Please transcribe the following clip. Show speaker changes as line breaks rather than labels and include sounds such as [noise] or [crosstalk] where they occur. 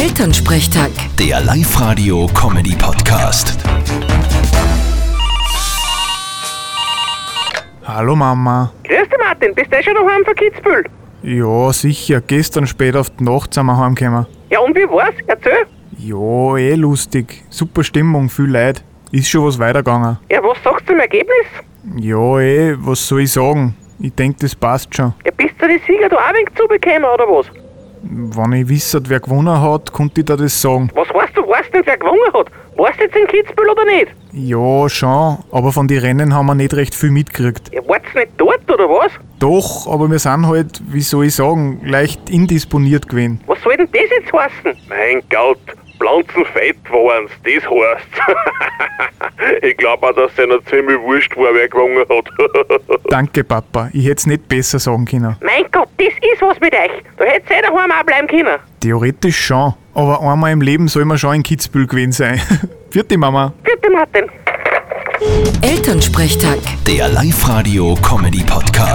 Elternsprechtag.
Der Live-Radio-Comedy-Podcast.
Hallo Mama.
Grüß dich Martin, bist du eh schon daheim von Kitzbühel?
Ja, sicher. Gestern spät auf die Nacht sind wir heimgekommen.
Ja und wie war's? Erzähl.
Ja, eh lustig. Super Stimmung, viel Leid. Ist schon was weitergegangen.
Ja, was sagst du zum Ergebnis?
Ja, eh, was soll ich sagen? Ich denk, das passt schon.
Ja, bist du die Sieger da auch ein wenig zubekommen oder was?
Wenn ich wissert, wer gewonnen hat, konnte ich dir das sagen.
Was weißt du, weißt nicht, wer gewonnen hat? Warst du jetzt in Kitzbühel oder nicht?
Ja, schon, aber von den Rennen haben wir nicht recht viel mitgekriegt.
Ja, wart's nicht dort oder was?
Doch, aber wir sind halt, wie soll ich sagen, leicht indisponiert gewesen.
Was soll denn das jetzt heißen?
Mein Gott, Pflanzenfett waren's, das heißt. [laughs] ich glaube auch, dass es einer ziemlich wurscht war, wer gewonnen hat. [laughs]
Danke, Papa. Ich hätt's nicht besser sagen können.
Mein Gott, das ist was mit euch. Da hättest du eh daheim auch bleiben können.
Theoretisch schon, aber einmal im Leben soll man schon in Kitzbühel gewesen sein. [laughs] Vierte Mama.
Bitte Martin.
Elternsprechtag.
Der Live-Radio-Comedy-Podcast.